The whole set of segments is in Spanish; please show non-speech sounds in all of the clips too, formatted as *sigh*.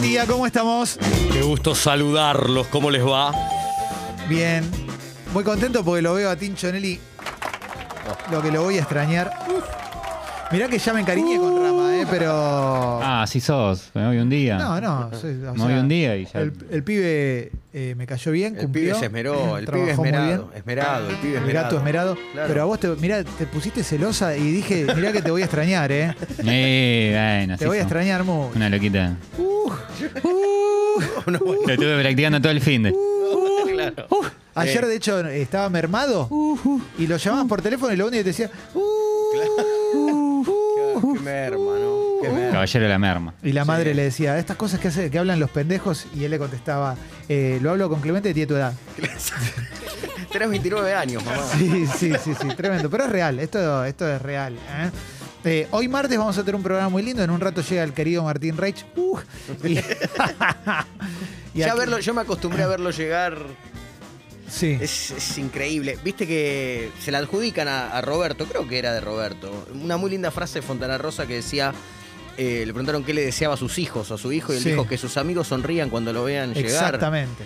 día, ¿cómo estamos? Qué gusto saludarlos, ¿cómo les va? Bien. Muy contento porque lo veo a Tincho Nelly. Lo que lo voy a extrañar. Uf. Mirá que ya me encariñé con Rama, ¿eh? Pero. Ah, sí sos. Me voy un día. No, no. soy- o Me sea, voy un día y ya. El, el pibe eh, me cayó bien, El cumplió. pibe se esmeró, el pibe trabajó muy esmerado, bien. esmerado, el pibe El esmerado. gato esmerado. Claro. Pero a vos te, mirá, te pusiste celosa y dije, mirá que te voy a extrañar, ¿eh? Eh, bueno, Te sí voy a sos. extrañar mucho. Una loquita. Lo estuve practicando todo el fin de. Claro. Ayer, de hecho, estaba mermado Uh, y lo llamabas por teléfono y lo único que te decía, "Uh". Qué merma, ¿no? Qué merma. Caballero de la merma. Y la madre le decía, estas cosas que, hace, que hablan los pendejos, y él le contestaba, "Eh, lo hablo con Clemente y tiene tu edad. *laughs* Tenés 29 años, mamá. Sí, sí, sí, sí, tremendo. Pero es real, esto, esto es real. ¿eh? Eh, hoy martes vamos a tener un programa muy lindo, en un rato llega el querido Martín Reich. *laughs* Uh, y, y Ya aquí- verlo, yo me acostumbré a verlo llegar. Sí. Es, es increíble. Viste que se la adjudican a, a Roberto, creo que era de Roberto. Una muy linda frase de Fontana Rosa que decía. eh, le preguntaron qué le deseaba a sus hijos, a su hijo, y él Sí. dijo que sus amigos sonrían cuando lo vean llegar. Exactamente.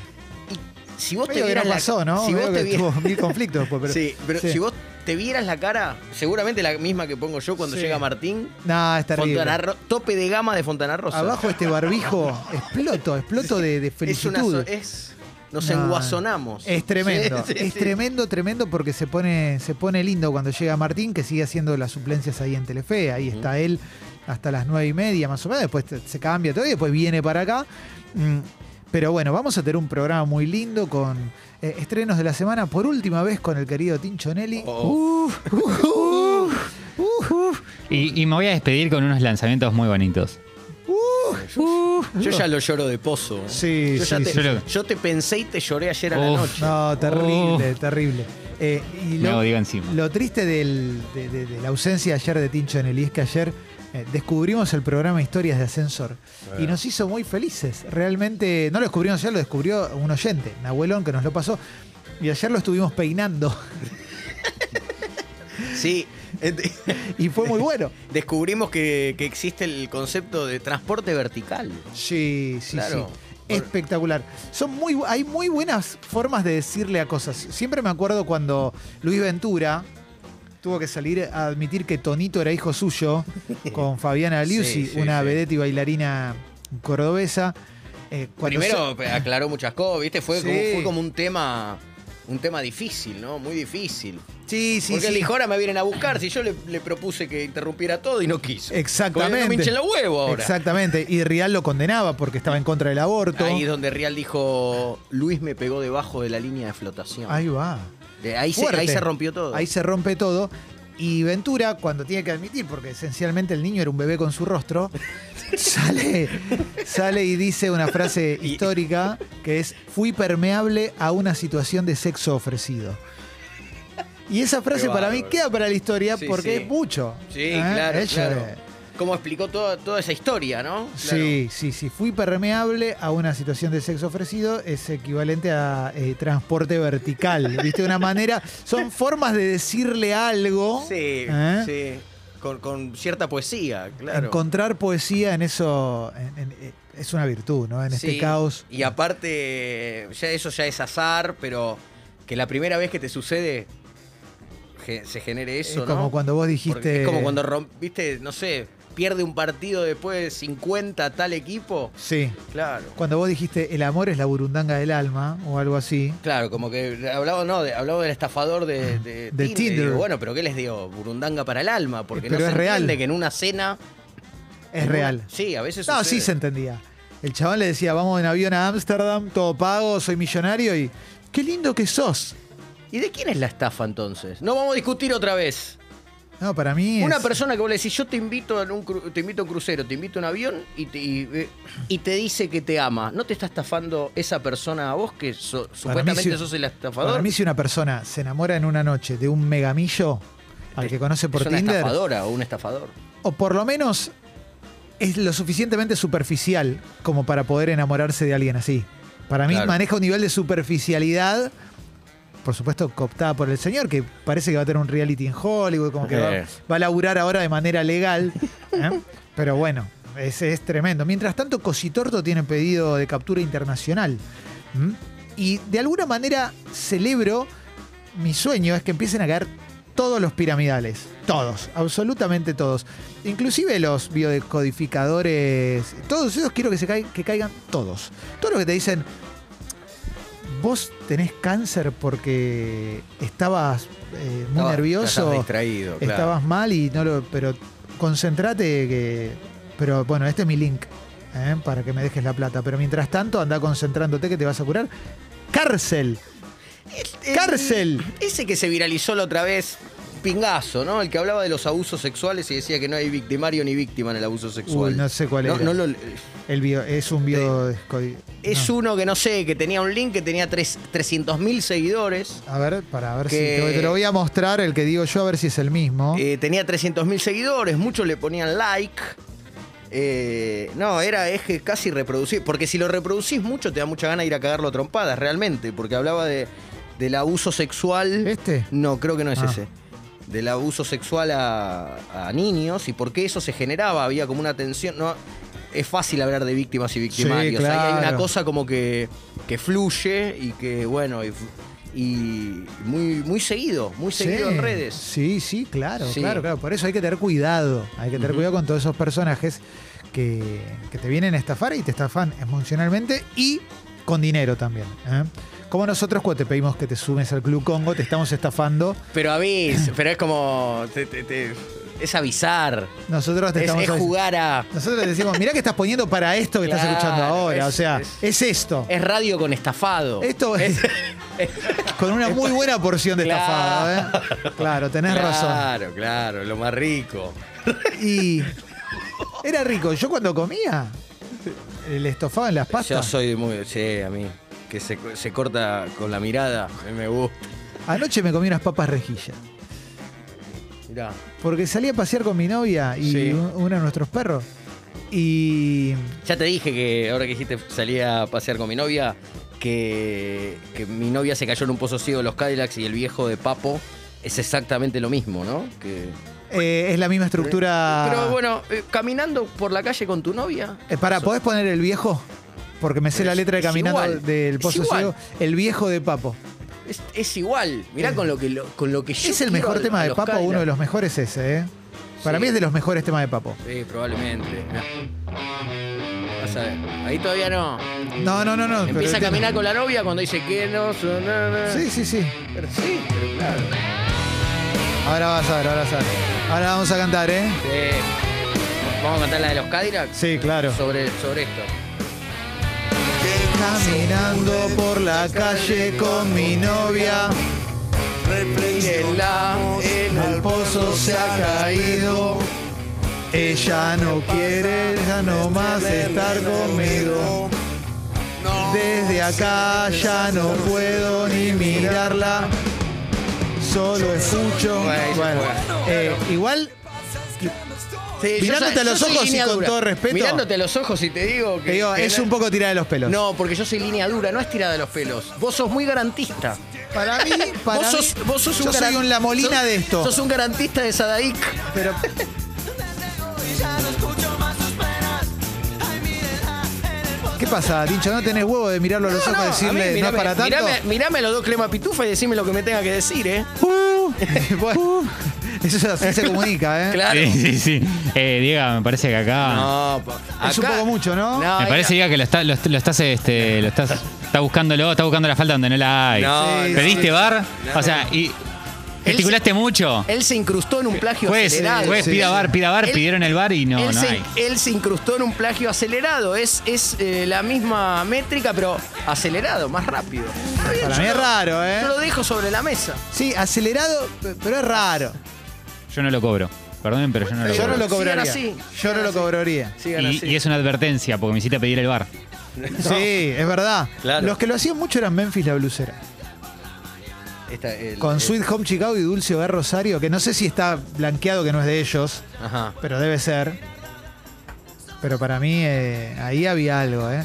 Si vos te Medio que no vieras la- pasó, ¿no? Si vos Medio te que vieras- tuvo mil conflictos después, pero. *laughs* sí, pero sí. si vos te vieras la cara, seguramente la misma que pongo yo cuando Sí. llega Martín, No, es terrible. Fontana Ro- tope de gama de Fontana Rosa. Abajo este barbijo, exploto, exploto de, de es una felicitud. so- es- nos No, enguazonamos. Es tremendo, Sí, sí, es sí. tremendo, tremendo porque se pone, se pone lindo cuando llega Martín, que sigue haciendo las suplencias ahí en Telefe. Ahí Ujú. está él hasta las nueve y media más o menos, después te- se cambia todo y después viene para acá. Mm, Pero bueno, vamos a tener un programa muy lindo con eh, estrenos de la semana, por última vez con el querido Tincho Nelly. Oh. Uf, uf, uf, uf, uf. Y, y me voy a despedir con unos lanzamientos muy bonitos. Yo ya lo lloro de pozo. ¿eh? Sí, yo, ya sí, te, sí. Yo lo- yo te pensé y te lloré ayer a Uf. la noche. No, terrible, terrible. Eh, y Oh. Me lo, odio encima. lo triste del- de, de- de la ausencia ayer de Tincho en el es que ayer eh, descubrimos el programa Historias de Ascensor y nos hizo muy felices. Realmente, no lo descubrimos ayer, lo descubrió un oyente, un abuelón que nos lo pasó. Y ayer lo estuvimos peinando *laughs* Sí. *laughs* Ent- y fue *laughs* muy bueno. Descubrimos que, que existe el concepto de transporte vertical. Sí, sí, Claro. sí. Espectacular. Son muy, bu- hay muy buenas formas de decirle a cosas. Siempre me acuerdo cuando Luis Ventura tuvo que salir a admitir que Tonito era hijo *laughs* suyo con Fabiana Sí, Liusi, sí, una sí. vedette y bailarina cordobesa. Eh, cuando Primero pe- aclaró muchas cosas, ¿viste? Fue, como, Sí. fue como un tema un tema difícil, ¿no? Muy difícil. se- Sí, sí, Porque sí. el dijo, ahora me vienen a buscar. Si yo le, le propuse que interrumpiera todo y no quiso. Exactamente. Como que No me hinchen los huevos ahora. Exactamente. Y Rial lo condenaba porque estaba en contra del aborto. Ahí es donde Real dijo, Luis me pegó debajo de la línea de flotación. Ahí va. De- ahí, se, Fuerte. ahí se rompió todo. Ahí se rompe todo. Y Ventura, cuando tiene que admitir, porque esencialmente el niño era un bebé con su *laughs* rostro, sale, sale y dice una frase Y- histórica que es, fui permeable a una situación de sexo ofrecido. Y esa frase para mí bárbaro. queda para la historia Sí, porque sí. es mucho. Sí, ¿eh? claro, Ella- claro. Como explicó toda, toda esa historia, ¿no? Claro. Sí, sí, sí. Fui permeable a una situación de sexo ofrecido es equivalente a eh, transporte vertical. ¿Viste? Una manera. Son formas de decirle algo. Sí, ¿eh? sí. Con, con cierta poesía, claro. Encontrar poesía en eso en- en- eh, es una virtud, ¿no? En este Sí. caos. Y aparte, ya eso ya es azar, pero que la primera vez que te sucede ge- se genere eso, es como ¿no? cuando vos Porque dijiste. es como cuando rompiste, no sé, pierde un partido después de 50 tal equipo. Sí. Claro. Cuando vos dijiste el amor es la burundanga del alma o algo así. Claro, como que hablaba, no, de- hablaba del estafador de, de Ah, De Y digo, Tinder. bueno, pero ¿qué les digo? Burundanga para el alma, porque Pero no se es real. entiende que en una cena. Es en real. una- sí, a veces. No, sucede. sí se entendía. El chabón le decía, vamos en avión a Ámsterdam, todo pago, soy millonario y. ¡Qué lindo que sos! ¿Y de quién es la estafa entonces? No vamos a discutir otra vez. No, para mí. Una es- persona que vos le decís, yo te invito, en un cru- te invito a un crucero, te invito a un avión y te, y, eh, y te dice que te ama. ¿No te está estafando esa persona a vos que so- supuestamente si- sos el estafador? Para mí, si una persona se enamora en una noche de un megamillo al que conoce por es una Tinder, estafadora o un estafador. o por lo menos es lo suficientemente superficial como para poder enamorarse de alguien así. Para mí Claro. maneja un nivel de superficialidad, por supuesto cooptada por el señor, que parece que va a tener un reality en Hollywood, como que va, Eh. va a laburar ahora de manera legal. ¿eh? Pero bueno, es, es tremendo. Mientras tanto, Cositorto tiene pedido de captura internacional. ¿Mm? Y de alguna manera celebro, mi sueño es que empiecen a caer todos los piramidales. Todos, absolutamente todos. Inclusive los biodecodificadores, todos ellos quiero que, se cai- que caigan todos. Todo lo que te dicen, vos tenés cáncer porque estabas eh, muy Estaba- nervioso. Estabas distraído, claro. Estabas mal y no lo. Pero concentrate que. Pero bueno, este es mi link. ¿eh? Para que me dejes la plata. Pero mientras tanto, anda concentrándote que te vas a curar. ¡Cárcel! El- ¡Cárcel! Ese que se viralizó la otra vez, Pingazo, ¿no? El que hablaba de los abusos sexuales y decía que no hay victimario ni víctima en el abuso sexual. Uy, no sé cuál No- era. no lo- El bio, es un bio. desco- es no. uno que no sé, que tenía un link que tenía tres- 300.000 seguidores. A ver, para ver que- si. Te, te lo voy a mostrar el que digo yo, a ver si es el mismo. Eh, tenía 300.000 seguidores, muchos le ponían like. Eh, no, era es que casi reproducir. Porque si lo reproducís mucho, te da mucha gana de ir a cagarlo a trompadas, realmente. Porque hablaba de, del abuso *laughs* sexual. ¿Este? No, creo que no es Ah. ese. Del abuso sexual a, a niños y por qué eso se generaba. Había como una tensión. No, es fácil hablar de víctimas y victimarios. Ahí Hay, una claro. cosa como que, que fluye y que, bueno, y, y muy, muy seguido, muy seguido en redes. Sí, sí, claro, Sí. claro, claro. Por eso hay que tener cuidado. Hay que tener Ujú. cuidado con todos esos personajes que, que te vienen a estafar y te estafan emocionalmente y con dinero también. ¿eh? Como nosotros cuando te pedimos que te sumes al Club Congo, te estamos estafando. Pero a mí, pero es como. te- te- te- es avisar. Nosotros te Es, estamos es jugar a. Nosotros te decimos, mirá que estás poniendo para esto que estás Claro, escuchando ahora. o es- sea, es- es, esto. Es radio con estafado. esto es, *laughs* con una muy buena porción de estafado. ¿eh? Claro, tenés razón. Claro, claro, lo más rico. Y era rico. Yo cuando comía, le estofaba en las Yo pastas. soy muy. Sí, a mí. Que se, se corta con la mirada. A mí me gusta. Anoche me comí unas papas rejilla. Mirá. Porque salí a pasear con mi novia y Sí. un- uno de nuestros perros. Y Ya te dije que ahora que dijiste salí a pasear con mi novia, que, que mi novia se cayó en un pozo ciego de los Cadillacs y el viejo de Papo es exactamente lo mismo, ¿no? Que, eh, es la misma estructura. Pero bueno, eh, caminando por la calle con tu novia. Eh, pará, ¿podés poner el viejo? Porque me sé Pero la es- letra de es Caminando igual, del es Pozo igual. Ciego. El viejo de Papo. Es, es igual. Mirá con lo que, lo- con lo que yo. es el quiero mejor a- tema a de Papo, Cadillacs. uno de los mejores ese, ¿eh? Para Sí. mí es de los mejores temas de Papo. Sí, probablemente. Vas a ver. Ahí todavía no. No, no, no, no. pero Empieza a entiendo. caminar con la novia cuando dice que no. so- na- na. Sí, sí, sí. Pero sí, pero claro. Ahora vas a ver, ahora vas a ver. Ahora vamos a cantar, ¿eh? Sí. Vamos a cantar la de los Cadillacs. Sí, claro. Sobre, sobre esto. Caminando por la calle con mi novia, en el pozo se ha caído. Ella no quiere ya no más estar conmigo. Desde acá ya no puedo ni mirarla. Solo escucho. Bueno, eh, igual Sí, yo Mirándote soy- a los yo soy ojos y línea con dura. todo respeto. Mirándote a los ojos y te digo que. te digo, que es no- un poco tirada de los pelos. Eh, No, porque yo soy línea dura, no es tirada de los pelos. Vos sos muy garantista. Para mí, para vos sos, mí, vos sos yo un soy garan- un la molina sos- de esto. Sos un garantista de Sadaic. Pero ¿Qué pasa, Tincho? ¿No tenés huevo de mirarlo a los ojos y decirle a mí, no es para tanto? Mirame, mirame a los dos clema pitufa y decime lo que me tenga que decir, *laughs* ¿eh? Uh, *laughs* bueno, eso es así se comunica, ¿eh? *laughs* Claro. Sí, sí, sí. Eh, Diego, me parece que acá. Ah, No, po- Es un acá- poco mucho, ¿no? No, me parece, era- Diego, que lo, está- lo, lo estás. Este, lo estás está buscándolo, está buscando la falta donde no la hay. No, Sí, no. ¿Pediste bar? No. O sea, y. ¿Gesticulaste mucho? Él se incrustó en un plagio Juez, acelerado. juez, sí. pida bar, pida bar, Él- pidieron el bar y no, él, no se, hay. él se incrustó en un plagio acelerado. Es, es eh, la misma métrica, pero acelerado, más rápido. Está bien, Para yo mí es lo- raro, ¿eh? Yo lo dejo sobre la mesa. Sí, acelerado, pe- pero es raro. Yo no lo cobro. Perdonen, pero yo no lo Yo no cobro. lo cobraría. Sigan Yo así, no sigan lo así. cobraría. Sigan Y, así. y es una advertencia porque me hiciste pedir el bar. Sí, es verdad. Claro. Los que lo hacían mucho eran Memphis la blusera. Esta, el- Con el- Sweet Home Chicago y Dulce Hogar Rosario, que no sé si está blanqueado que no es de ellos. Ajá. Pero debe ser. Pero para mí eh, ahí había algo, ¿eh?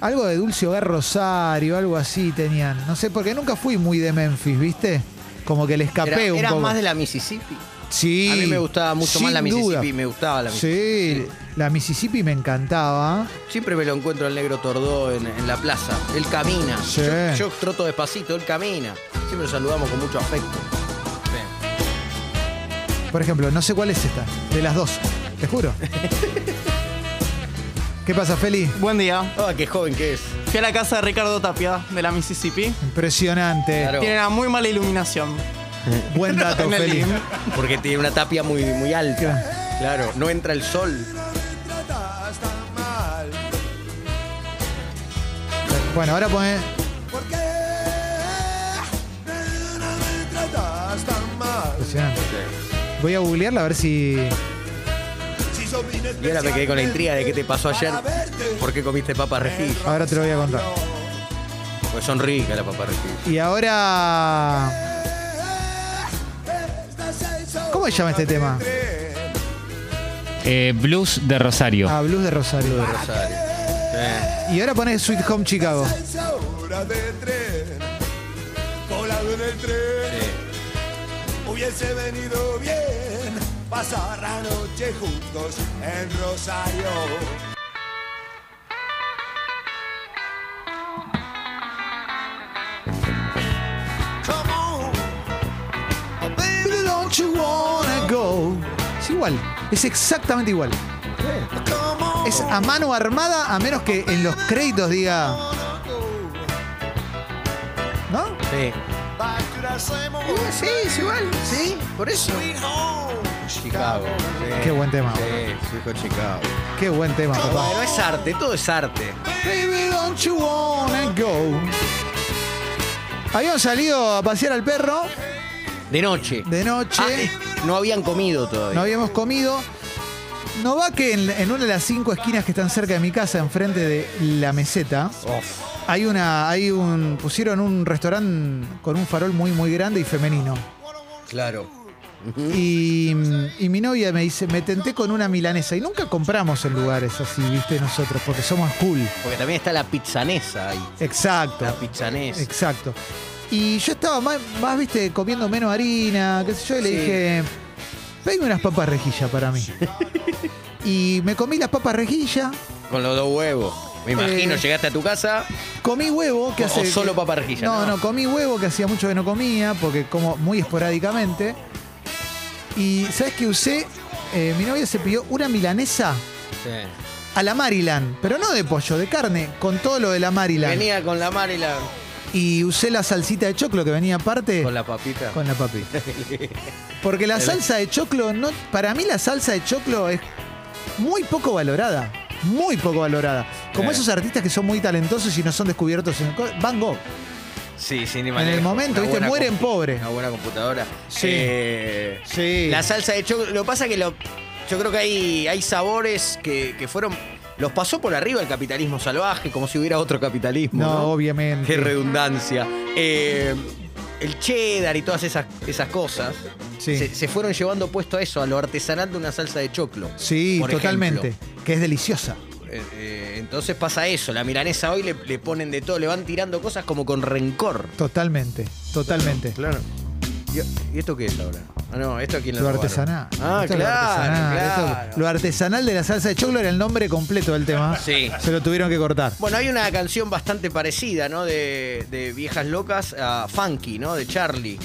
Algo de Dulce Hogar Rosario, algo así tenían. No sé, porque nunca fui muy de Memphis, ¿viste? Como que le escapé Era- un eras poco. más de la Mississippi. Sí. A mí me gustaba mucho más sin la Mississippi, duda. me gustaba la Mississippi. Sí, la Mississippi me encantaba. Siempre me lo encuentro al negro Tordó en, en la plaza. Él camina. Sí. Yo, yo troto despacito, él camina. Siempre lo saludamos con mucho afecto. Por ejemplo, no sé cuál es esta, de las dos, te *laughs* juro. ¿Qué pasa, Feli? Buen día. Ah, qué joven que es. Fui a la casa de Ricardo Tapia de la Mississippi. Impresionante. Claro. Tiene una muy mala iluminación. Buen *laughs* dato, En el Feli. living. Porque tiene una tapia muy, muy alta. Claro, no entra el sol. Bueno, ahora pone. Impresionante. Voy a googlearla a ver si. Y ahora me quedé con la intriga de qué te pasó ayer. ¿Por qué comiste papas refil? Ahora te lo voy a contar. Pues son ricas las papas refil. Y ahora. ¿Cómo se llama este tema? Eh, blues de Rosario. Ah, Blues de Rosario. Rosario. Y ahora pone Sweet Home Chicago. Hubiese venido bien pasar la noche juntos en Rosario. Baby, don't you wanna go? Es igual, es exactamente igual. Es a mano armada, a menos que en los créditos diga. ¿No? Sí. Sí, es igual. Sí, por eso. Chicago. sí. Qué buen tema. Sí, su hijo de Chicago. Qué buen tema, papá. Bueno, es arte, todo es arte. Baby, don't you wanna go? Habían salido a pasear al perro De noche. de noche. Ah, eh, no habían comido No todavía. habíamos comido. No va que en, en una de las cinco esquinas que están cerca de mi casa, enfrente de la meseta, hay una, hay un, pusieron un restaurante con un farol muy, muy grande y femenino. Claro. Y, y mi novia me dice, me tenté con una milanesa y nunca compramos en lugares así, viste nosotros, porque somos cool. Porque también está la pizzanesa ahí. Exacto. La pizzanesa. Exacto. Y yo estaba más, más, viste, comiendo menos harina, qué sé yo, y le Sí. dije, pedime unas papas rejilla para *laughs* mí. y me comí las papas rejilla, Con los dos huevos. Me imagino, Eh, llegaste a tu casa. comí huevo, que O hace... solo papa rejilla, No, ¿no? no, comí huevo, que hacía mucho que no comía, porque como muy esporádicamente. Y, ¿sabes qué usé? Eh, mi novia se pidió una milanesa a la Maryland, pero no de pollo, de carne, con todo lo de la Maryland. Venía con la mar y la. Y usé la salsita de choclo que venía aparte. Con la papita. Con la *laughs* papita. Porque la salsa de choclo, no, para mí la salsa de choclo es muy poco valorada. Muy poco valorada. Como Sí. esos artistas que son muy talentosos y no son descubiertos en... co- Van Gogh. Sí, sin ni En el momento, viste, mueren pobre. Una buena computadora. Sí. Eh, Sí. La salsa de choclo. Lo que pasa que lo, yo creo que hay, hay sabores que, que fueron. Los pasó por arriba el capitalismo salvaje, como si hubiera otro capitalismo. No, No, obviamente. Qué redundancia. Eh, el cheddar y todas esas, esas cosas Sí. se, se fueron llevando puesto a eso, a lo artesanal de una salsa de choclo. Sí, por totalmente. ejemplo. Que es deliciosa. Eh, eh, entonces pasa eso. La milanesa hoy le, le ponen de todo, le van tirando cosas como con rencor. Totalmente. Totalmente. Claro. ¿Y, y esto qué es ahora? Ah, no, esto aquí en Lo artesanal. Ah, Esto es lo claro, artesanal. claro. Esto- lo artesanal de la salsa de choclo era el nombre completo del tema. Sí. Se lo tuvieron que cortar. Bueno, hay una canción bastante parecida, ¿no? De, de Viejas Locas a Funky, ¿no? De Charlie.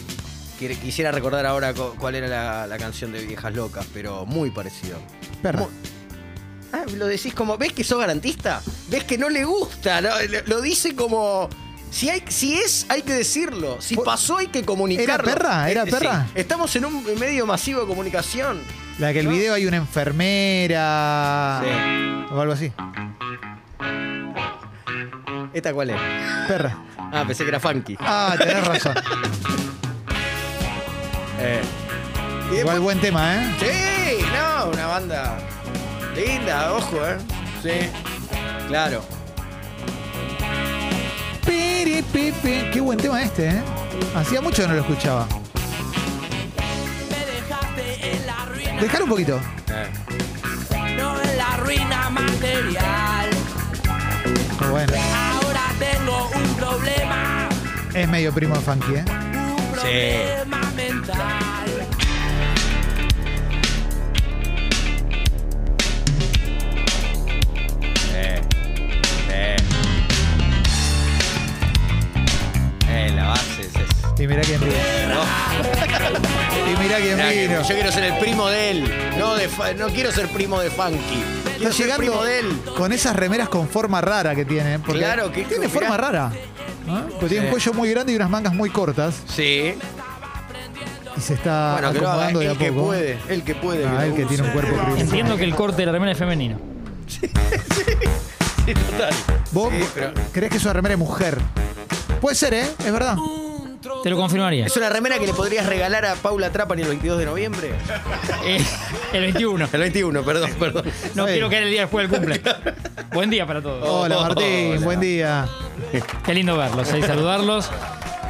Quiere- Quisiera recordar ahora co- cuál era la, la canción de Viejas Locas, pero muy parecido. Perra. Mu- Ah, lo decís como, ¿ves que sos garantista? ¿Ves que no le gusta? ¿no? Lo, lo dice como... Si, hay, si es, hay que decirlo. Si pasó, hay que comunicarlo. ¿Era perra? ¿Era Eh, sí. perra? Estamos en un medio masivo de comunicación. La que el ¿No? video hay una Ah. enfermera. O algo así. ¿Esta cuál es? Perra. Ah, pensé que era funky. Ah, tenés razón. Eh, *laughs* y después- Igual buen tema, ¿eh? Sí, no, una banda linda, ojo, ¿eh? Sí. Claro. Piri, pi, pi. Qué buen tema este, ¿eh? Hacía mucho que no lo escuchaba. Me dejaste en la ruina, Dejar un poquito. no en la ruina material. Muy bueno. Ahora tengo un problema, Es medio primo de funky, ¿eh? un problema mental. quién vino. *laughs* Y mirá quién Mirá que vino. Yo quiero ser el primo de él. No, de fa- no quiero ser primo de Funky. Quiero Está ser llegando primo de él. con esas remeras con forma rara que tiene. ¿eh? porque Claro, que- tiene mirá. forma rara. ¿no? Porque tiene un cuello muy grande y unas mangas muy cortas. Sí. Y se Ah, está Bueno, que lo haga acomodando de a el que poco. puede. El que puede. Ah, que él lo que tiene un use. cuerpo horrible. Entiendo que el corte de la remera es femenino. Sí, total. ¿Vos Sí, pero- crees que es una remera de mujer? Puede ser, ¿eh? Es verdad. Te lo confirmaría. ¿Es una remera que le podrías regalar a Paula Trapani el 22 de noviembre? Eh, el 21. El 21, perdón, perdón. No Sí. quiero caer el día después del cumple. Buen día para todos. Hola Martín, Oh, hola. buen día. Qué lindo verlos y saludarlos.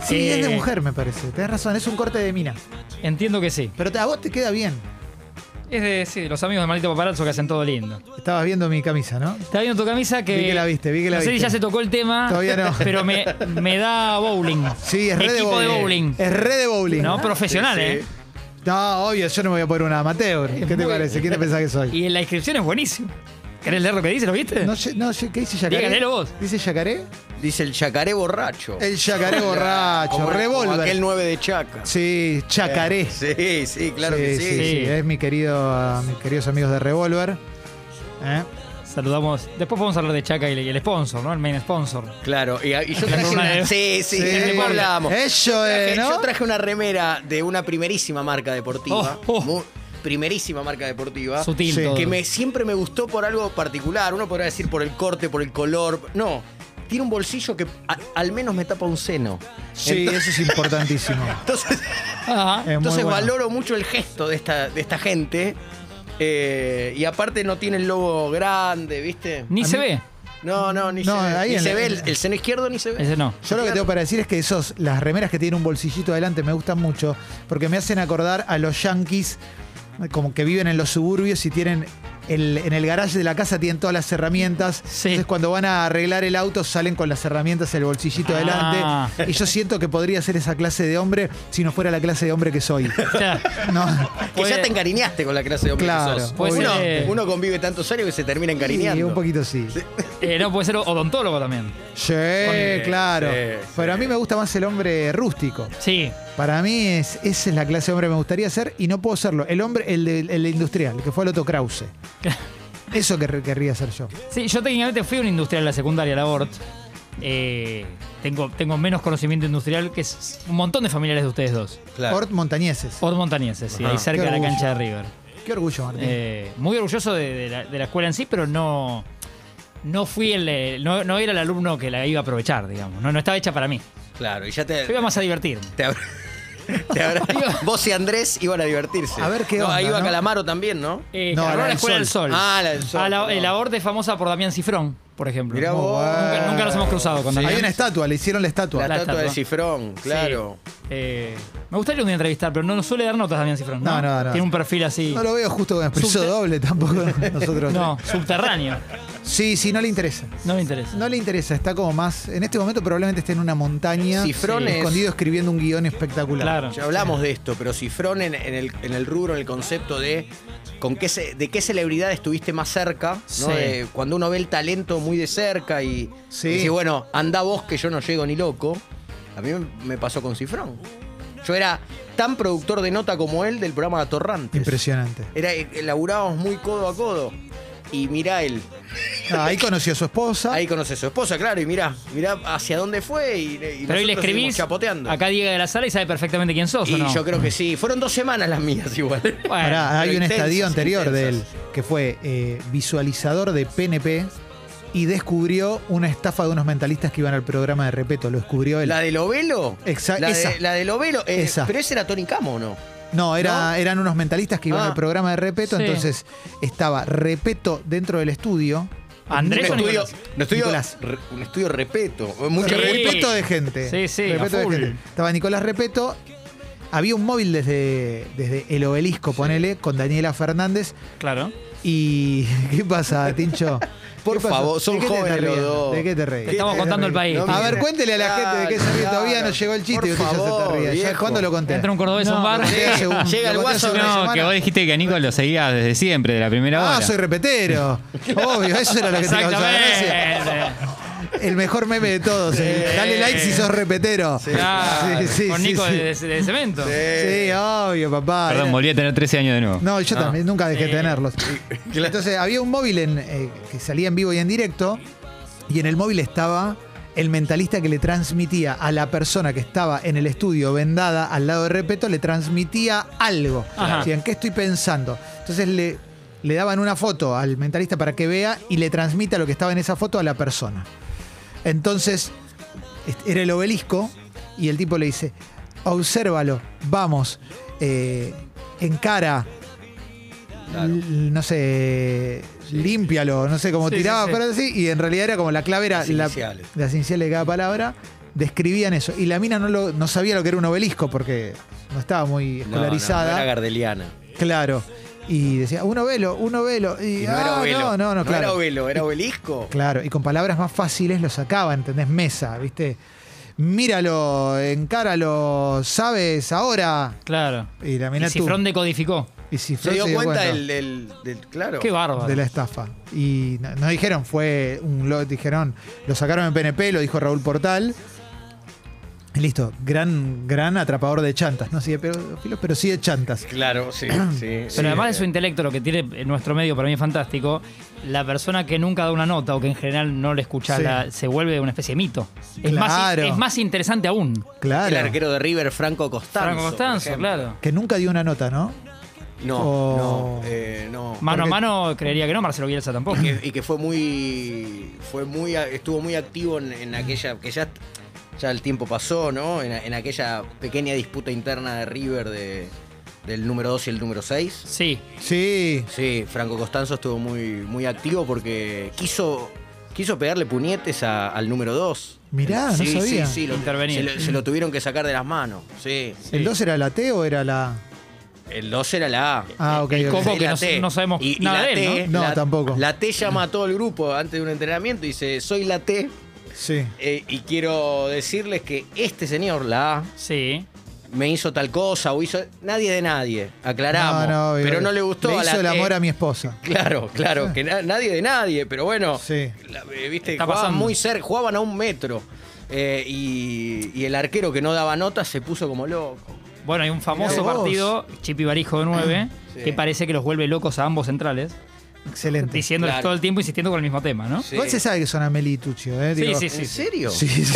Sí, Eh, es de mujer, me parece. Tenés razón, es un corte de mina. Entiendo que sí. Pero te- a vos te queda bien. Es de sí, los amigos de Maldito Paparazzo que hacen todo lindo. Estabas viendo mi camisa, ¿no? Está viendo tu camisa que. Vi que la viste, vi que la no sé si viste. ya se tocó el tema. Todavía no. *laughs* Pero me, me da bowling. Sí, es red de Equipo bowling. de bowling. Es red de bowling. No, profesional, ¿eh? No, obvio, yo no me voy a poner una amateur. ¿Qué te muy- parece? ¿Quién te pensás que *laughs* soy? Y la inscripción es buenísima. ¿Querés leer lo que dice? ¿Lo viste? No, sé- no sé, ¿qué dice Yacaré? Díganelo vos. ¿Dice Yacaré? Dice el yacaré borracho. El Yacaré borracho, Como- como revólver. Aquel 9 de Chaca. Sí, Chacaré. *laughs* Sí, sí, claro que sí. sí, sí, es mi querido, mis queridos amigos de Revolver. ¿Eh? Saludamos. Después podemos hablar de Chaca y el sponsor, ¿no? El main sponsor. Claro, y, y yo traje columna una. de- Sí, sí, después hablábamos. Eso Traje- es, ¿no? Yo traje una remera de una primerísima marca deportiva. Oh, oh. mu- primerísima marca deportiva. Sutil Ah, Sí. todo. Que me, siempre me gustó por algo particular. Uno podrá decir por el corte, por el color. No. Tiene un bolsillo que a- al menos me tapa un seno. Sí, eso es importantísimo. Entonces, Ajá. Es muy entonces bueno. valoro mucho el gesto de esta, de esta gente. Eh, y aparte no tiene el logo grande, ¿viste? Ni a se mí- ve. No, no, ni No, se ve. ahí Ni en se la- ve el, el seno izquierdo ni se ve. Ese no. Yo lo que tengo para decir es que esos, las remeras que tienen un bolsillito adelante me gustan mucho porque me hacen acordar a los yankees como que viven en los suburbios y tienen el- en el garage de la casa tienen todas las herramientas. Sí. Entonces cuando van a arreglar el auto salen con las herramientas el bolsillito Ah. adelante. Y yo siento que podría ser esa clase de hombre si no fuera la clase de hombre que *laughs* soy. Claro. No. Que ya Puede- te encariñaste con la clase de hombre Claro, que sos. puede uno, ser. uno convive tantos años que se termina encariñando. Sí, un poquito sí. Sí, Eh, no, puede ser odontólogo también. claro. sí, Pero a mí me gusta más el hombre rústico. Sí. Para mí es, esa es la clase de hombre que me gustaría ser y no puedo serlo. El hombre, el, de- el industrial, que fue el Otto Krause. *laughs* Eso que querría ser yo. Sí, yo técnicamente fui un industrial en la secundaria, la ORT. Eh, tengo, tengo menos conocimiento industrial que s- un montón de familiares de ustedes dos. Claro. Ort Montañeses. Ort Montañeses, sí, Ajá. Ah. ahí cerca Qué de la orgullo. cancha de River. Qué orgullo, Martín. Eh, muy orgulloso de, de la, de la escuela en sí, pero no, no fui el. eh, No, no era el alumno que la iba a aprovechar, digamos. No, no estaba hecha para mí. Claro, y ya Yo te. iba más a divertirme. te habrá- te *laughs* habrá- vos y Andrés iban a divertirse. A ver qué No, onda, ahí va ¿no? Calamaro también, ¿no? Eh, No, no, era la del escuela del Sol. sol. Ah, la del Sol, A la, perdón. la ORT es famosa por Damián Cifrón, por ejemplo. Mirá vos. oh, Nunca, nunca nos hemos cruzado con Damián. Oh, Hay una estatua, le hicieron la La, estatua. La estatua de estatua. Cifrón, Sí. claro. Eh, me gustaría un día entrevistar, pero no nos suele dar notas Damián Cifrón. No, no, no. Tiene un perfil así. No lo veo justo con expreso Subte- doble tampoco *laughs* nosotros. No, subterráneo. Sí, sí, no le interesa. No me interesa. No le interesa, está como más. En este momento probablemente esté en una montaña, Cifrón es- escondido escribiendo un guión espectacular. Claro. Ya hablamos de esto, pero Cifrón en, en el, en el rubro, en el concepto de con qué ce- de qué celebridad estuviste más cerca, ¿no? Sí. De cuando uno ve el talento muy de cerca y Sí. y dice, bueno, anda vos que yo no llego ni loco. A mí me- me pasó con Cifrón. Yo era tan productor de nota como él del programa Atorrantes. Impresionante. Era, eh, laburábamos muy codo a codo. Y mirá él. Ah, ahí conoció a su esposa. Ahí conoce a su esposa, claro, y mirá, mirá hacia dónde fue y, y Pero hoy le nosotros seguimos escribís. chapoteando. Acá Diego de la Sala y sabe perfectamente quién sos, ¿o y no? yo creo que sí. Fueron dos semanas las mías igual. Bueno, Pará, hay pero un intensas, estadio anterior de él intensas. que fue eh, visualizador de PNP y descubrió una estafa de unos mentalistas que iban al programa de Repeto. Lo descubrió él. ¿La de Lovelo? Exa- la, esa. De, la de Lovelo. eh, Esa. Pero ese era Tony Camo, ¿o ¿no? No, era, ¿No? eran unos mentalistas que iban Ah. al programa de Repeto. Sí. Entonces estaba Repeto dentro del estudio. ¿Andrés o un estudio, Nicolás? un estudio, Nicolás. re- un estudio repeto. Mucho Sí. repeto. Repeto de gente. Sí, sí, Repeto a de full. gente. Estaba Nicolás Repeto. Había un móvil desde, desde el obelisco, ponele, con Daniela Fernández. Claro. ¿Y *laughs* qué pasa, Tincho? Por ¿Qué pasa? favor, son ¿De qué te jóvenes estás los riendo? dos. ¿De qué te reís? Te estamos ¿De qué contando el reís? país. No, A mira. ver, cuéntele a la gente de qué se ríe. Claro, Todavía no llegó el chiste y por usted ya se favor, te ríe. ¿Ya viejo. cuándo lo conté? Entra un cordobés a un bar. Conté hace un- Llega el lo conté guaso hace una de- No, semana. que vos dijiste que a Nico lo seguías desde siempre, de la primera Ah, hora. *laughs* soy repetero. Obvio, eso era lo que te causaba gracia. Exactamente. el mejor meme de todos. el Dale like si sos repetero. Sí, Claro, *laughs* con sí, Nico sí. de, de cemento. Sí, obvio, papá. Perdón, Era- volví a tener 13 años de nuevo. No, yo también, nunca dejé de Sí. tenerlos. Entonces, había un móvil en, eh, que salía en vivo y en directo, y en el móvil estaba el mentalista que le transmitía a la persona que estaba en el estudio vendada al lado de Repeto, le transmitía algo. Ajá. Decían, ¿qué estoy pensando? Entonces le, le daban una foto al mentalista para que vea y le transmita lo que estaba en esa foto a la persona. Entonces, est- Este, era el obelisco y el tipo le dice, obsérvalo, vamos, eh, encara, Claro. l- no sé, límpialo, no sé, cómo Sí, sí, tiraba sí. para así, y en realidad era como la clave era Las la- iniciales. las iniciales de cada palabra, describían eso. Y la mina no, lo, no sabía lo que era un obelisco porque no estaba muy No, no, escolarizada. no era gardeliana. claro. Y decía, un ovelo, un ovelo. Y, Y no ah, era ovelo. No, no, no, claro. era ovelo, era obelisco. Claro, y con palabras más fáciles lo sacaba, ¿entendés? Mesa, ¿viste? Míralo, encáralo, ¿sabes? Ahora. Claro. Y la mina Y tú. Cifrón decodificó. Y Cifrón Se dio cuenta, del, del- del- Claro. Qué bárbaro. de la estafa. Y no, no dijeron, fue un lo dijeron, lo sacaron en PNP, lo dijo Raúl Portal. Y listo, gran, gran atrapador de chantas, no sí de pedófilos, pero sí de chantas. Claro, *clears throat* sí, sí. Pero además de su intelecto, lo que tiene en nuestro medio para mí es fantástico. La persona que nunca da una nota o que en general no le escucha Sí. la- se vuelve una especie de mito. Es, más, Claro. es más interesante aún. El Claro. arquero de River, Franco Costanzo. Franco Costanzo, por claro. Que nunca dio una nota, ¿no? ejemplo. No, Oh. no, eh, no. Mano Porque- a mano creería que no, Marcelo *clears throat* Bielsa tampoco. que- y que fue muy fue muy estuvo muy activo en, en aquella que ya ya el tiempo pasó no en, en aquella pequeña disputa interna de River de, del número 2 y el número 6 Sí, Sí. sí Franco Costanzo estuvo muy muy activo porque quiso quiso pegarle puñetes a- al número 2 Mirá, no sí, sabía. sí sí lo- Intervenir. se, lo, se lo tuvieron que sacar de las manos sí ¿El 2 era la T o era la.? el 2 era la A Ah, ok. ok. Coco Sí, que la no- T. no sabemos nada la de él, T, ¿no? No, la- tampoco. La T llama a todo el grupo antes de un entrenamiento y dice, soy la T Sí. eh, y quiero decirles que este señor, la A, sí. me hizo tal cosa o hizo... Nadie de nadie, aclaramos. obvio. pero no le gustó Le a la hizo el T. amor a mi esposa. *laughs* Claro, *laughs* claro, que na- nadie de nadie, pero bueno, Sí. la- eh, viste, Está jugaban pasando. muy cerca, jugaban a un metro. eh, y, y el arquero que no daba notas se puso como loco. Bueno, hay un famoso Mirá vos. partido, Chipi Barijo *clears throat* de 9, Sí. que parece que los vuelve locos a ambos centrales, Excelente. diciéndoles Claro. todo el tiempo, insistiendo con el mismo tema, ¿no? Sí. Igual se sabe que son Amelie y Tuccio, ¿eh? Digo, sí, sí. ¿En *laughs* serio? Sí, sí.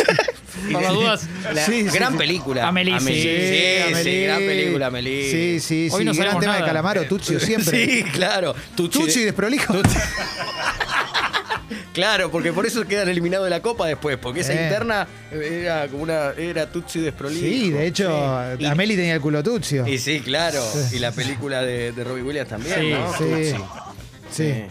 Y Por las de- dudas. La- Sí, sí, gran sí. película. Amelie, sí. Sí, sí, Amelie. gran película, Amelie. Sí, sí, sí. Hoy no Gran sabemos tema de nada. Calamaro, Tuccio siempre. *laughs* Sí, claro. Tucci- Tucci desprolijo. Claro, porque por eso quedan eliminados de la copa después, porque esa Eh. interna era como una era Tutsi desprolijo. *laughs* Sí, de hecho, Sí. Y- Amelie tenía el culo Tuccio. Y sí, claro. Sí. Y la película de, de Robbie Williams también, Sí, ¿no? Eh. sí. Tutsi. Sí.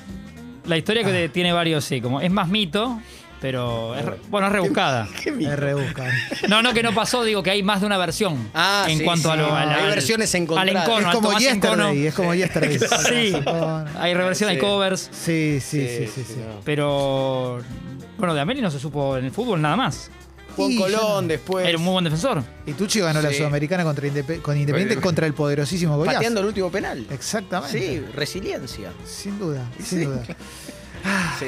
La historia Ah. que tiene varios, sí, como es más mito, pero es re- bueno, es rebuscada. Me rebuscan. No, no, que no pasó, digo que hay más de una versión *laughs* Ah, en sí, cuanto a sí. lo. a la- Hay al- versiones encontradas. Al encono, es al como Tomás Yesterday, Encono. es como Yesterday. Sí. Hay reversión, hay Sí. covers, Sí, sí, sí, sí. sí, no. pero. Bueno, de Ameli no se supo en el fútbol nada más. Juan Y Colón después. Era un muy buen defensor. Y Tucci ganó la Sí. Sudamericana contra Indepe- con Independiente contra el poderosísimo Goiás. Pateando el último penal. Exactamente. Sí, resiliencia. Sin duda, sin duda. Ah. Sí.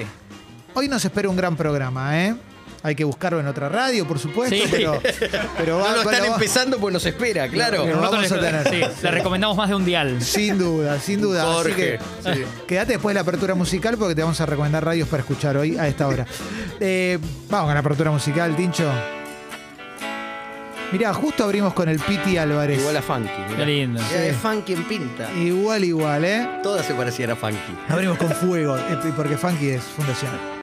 Hoy nos espera un gran programa, ¿eh? Hay que buscarlo en otra radio, por supuesto, Sí. pero, *laughs* pero va- No lo están pero va- empezando pues nos espera, claro. Lo vamos Nosotros a le- tener. sí, le recomendamos más de *laughs* un dial. Sin duda, sin duda. Así Jorge, que quédate después de la apertura musical porque te vamos a recomendar radios para escuchar hoy a esta hora. Eh, vamos con la apertura musical, Tincho. Mirá, justo abrimos con el Piti Álvarez. Igual a Funky. mirá. Qué lindo. Mirá, Es Funky en pinta. igual, igual, ¿eh? Todas se parecían a Funky. Abrimos con fuego, eh, porque Funky es fundacional.